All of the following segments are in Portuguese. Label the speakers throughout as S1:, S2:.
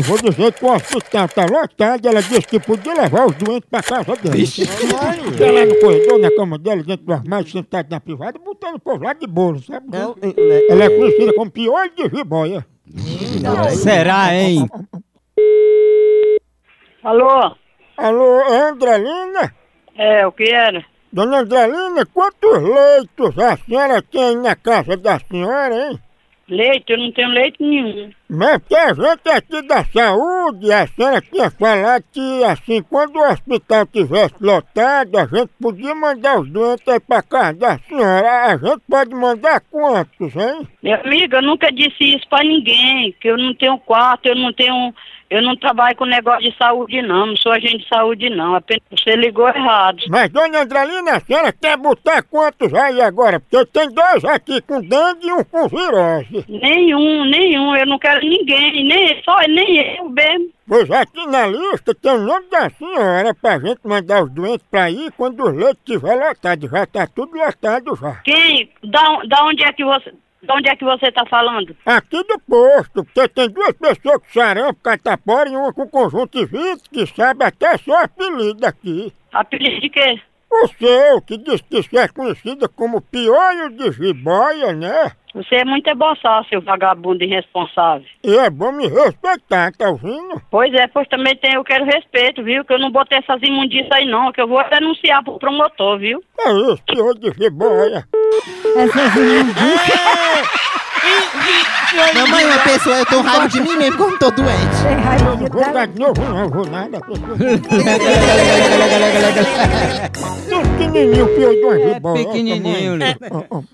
S1: vou dizer que o hospital tá lotado, ela disse que podia levar os doentes pra casa dela. Ela lá no corredor, na cama dela, dentro do armário, sentado na privada, botando o povo lá de bolo, sabe? Ela é conhecida como piolho de jiboia.
S2: Será, hein?
S3: Alô?
S1: Alô, é Andralina?
S3: É, o que era?
S1: Dona Andralina, quantos leitos a senhora tem na casa da senhora, hein?
S3: Leite? Eu não tenho leite nenhum.
S1: Mas que a gente aqui da saúde, a senhora tinha falado que assim, quando o hospital tivesse lotado, a gente podia mandar os doentes aí pra casa da senhora. A gente pode mandar quantos, hein?
S3: Minha amiga, eu nunca disse isso pra ninguém, que eu não tenho quarto, eu não tenho... Eu não trabalho com negócio de saúde, não. Não sou agente de saúde, não. Apenas você ligou errado.
S1: Mas, dona Andralina, a senhora quer botar quantos aí agora? Porque tem dois aqui com dengue e um com virose.
S3: Nenhum, nenhum. Eu não quero ninguém, nem só nem eu mesmo.
S1: Pois aqui na lista tem o nome da senhora pra gente mandar os doentes pra ir quando os leitos estiver lotados. Já tá tudo lotado já.
S3: Quem? Da, on- da onde é que você... Da onde é que você tá falando?
S1: Aqui do posto, porque tem duas pessoas com sarampo, catapora e uma com conjuntivite, que sabe até seu apelido aqui.
S3: Apelido de quê?
S1: O seu, que diz que você é conhecida como piolho de jiboia, né?
S3: Você é muito eboçal, seu vagabundo irresponsável.
S1: E é bom me respeitar, tá ouvindo?
S3: Pois é, pois também tem, eu quero respeito, viu? Que eu não botei essas imundícias aí não, que eu vou denunciar pro promotor, viu?
S1: É isso, piolho de jiboia.
S2: Mamãe, é uma pessoa, eu tô raiva de mim mesmo, como tô doente.
S4: Tem raiva
S1: Eu não vou dar de novo, não, eu vou nada. Tem pequenininho, piolho de uma jiboia. tá
S5: Pequenininho, né?
S2: Uh,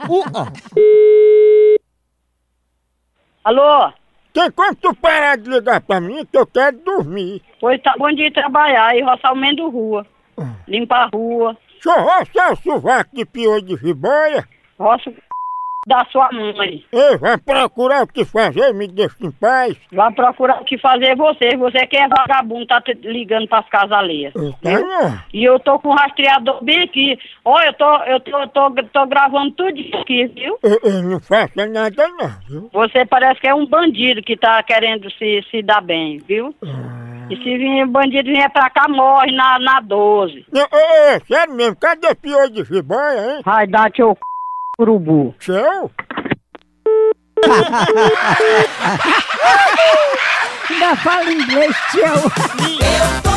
S3: Alô?
S1: Tem como tu parar de ligar pra mim que eu quero dormir?
S3: Pois tá bom de ir trabalhar e roçar o meio do rua. Limpar a rua,
S1: Deixa eu roçar o sovaco de piolho de jiboia.
S3: roça o c... da sua mãe.
S1: Ei, vai procurar o que fazer, me deixa em paz.
S3: Vai procurar o que fazer você, você que é vagabundo, tá te ligando pras casas alheias.
S1: Eu tá, não.
S3: E eu tô com o rastreador bem aqui. Olha, eu tô, eu tô, eu tô, tô gravando tudo isso aqui, viu?
S1: Eu, eu não faço nada não, viu?
S3: Você parece que é um bandido que tá querendo se, se dar bem, viu? E se vir bandido vier pra cá, morre na, na 12.
S1: Não, ô, ô, sério mesmo, cadê piolho de jiboia, hein?
S3: Vai dar teu c... urubu.
S1: Seu?
S4: Ainda fala inglês, tio.
S6: Eu tô